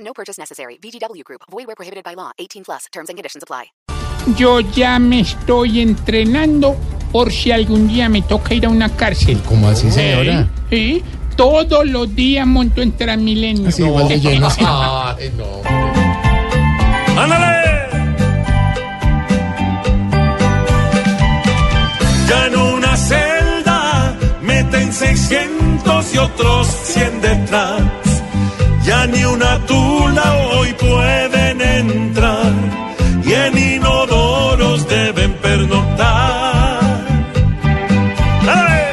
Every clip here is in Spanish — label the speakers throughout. Speaker 1: No purchase necessary. VGW Group. Void where prohibited by law. 18 plus. Terms and conditions apply.
Speaker 2: Yo ya me estoy entrenando por si algún día me toca ir a una cárcel.
Speaker 3: ¿Cómo así, señora?
Speaker 2: ¿Sí? Todos los días monto en Transmilenio.
Speaker 3: Así igual de lleno, así.
Speaker 4: ¡Ándale!
Speaker 5: Ya en una celda meten 600 y otros 100 detrás. Ya ni una tula hoy pueden entrar. Y en inodoros deben pernoctar. ¡Ándale!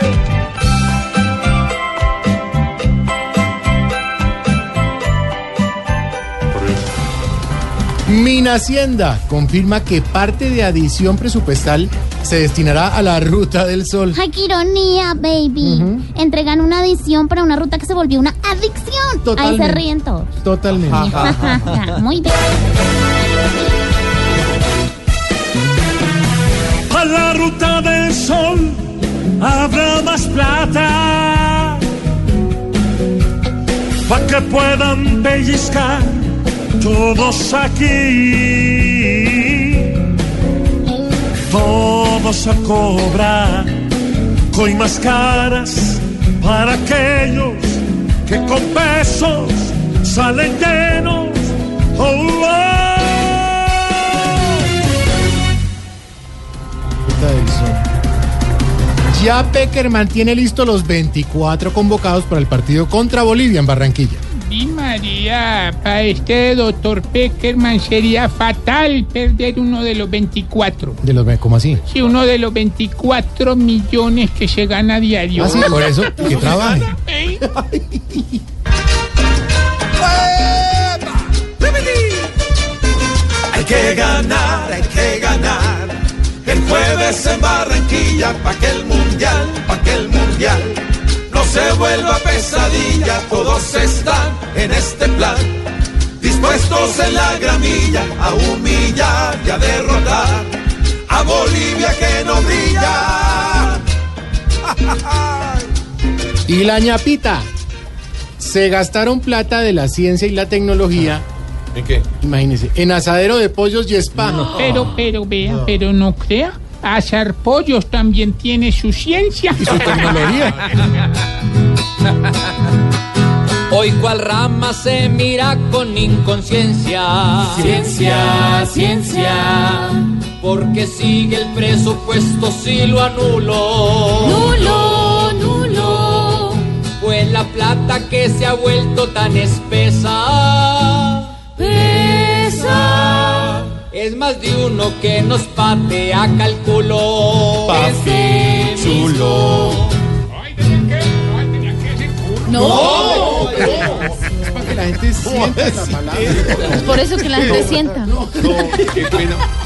Speaker 3: Mina Hacienda confirma que parte de adición presupuestal se destinará a la Ruta del Sol.
Speaker 6: Ay, qué ironía, baby. Entregan una adición para una ruta que se volvió una adicción. Ahí
Speaker 3: Totalmente.
Speaker 6: se ríen todos.
Speaker 3: Totalmente.
Speaker 6: Muy bien.
Speaker 5: A la ruta del sol habrá más plata. Para que puedan pellizcar todos aquí. Todos a cobrar con más caras para aquellos que con pesos salen llenos. Oh, oh.
Speaker 3: Ruta del Sol. Ya Peckerman tiene listos los 24 convocados para el partido contra Bolivia en Barranquilla.
Speaker 2: Di María, para este doctor Peckerman sería fatal perder uno de los 24.
Speaker 3: De los, ¿Cómo así?
Speaker 2: Sí, uno de los 24 millones que se gana a diario.
Speaker 3: Así, por eso, que trabaje.
Speaker 2: ¿Eh?
Speaker 5: Hay que ganar, hay que ganar. El jueves en Barranquilla, pa' que el mundial, pa' que el mundial no se vuelva pesadilla. Todos están en este plan, dispuestos en la gramilla a humillar y a derrotar a Bolivia que no brilla.
Speaker 3: Y la ñapita. Se gastaron plata de la ciencia y la tecnología.
Speaker 5: ¿En qué?
Speaker 3: Imagínense, en asadero de pollos y spa. Ah,
Speaker 2: Pero, pero, vea, pero no crea. Azar Pollos también tiene su ciencia.
Speaker 3: Y su tecnología.
Speaker 7: Hoy cual rama se mira con inconsciencia. Ciencia, ciencia. Porque sigue el presupuesto si lo anulo. Nulo, nulo. Pues la plata que se ha vuelto tan espesa. Pesa. Es más de uno que nos patea cálculo. Pase chulo.
Speaker 3: No, Es para que la gente sienta esa palabra.
Speaker 6: Por eso que la gente sienta.
Speaker 5: No, qué pena.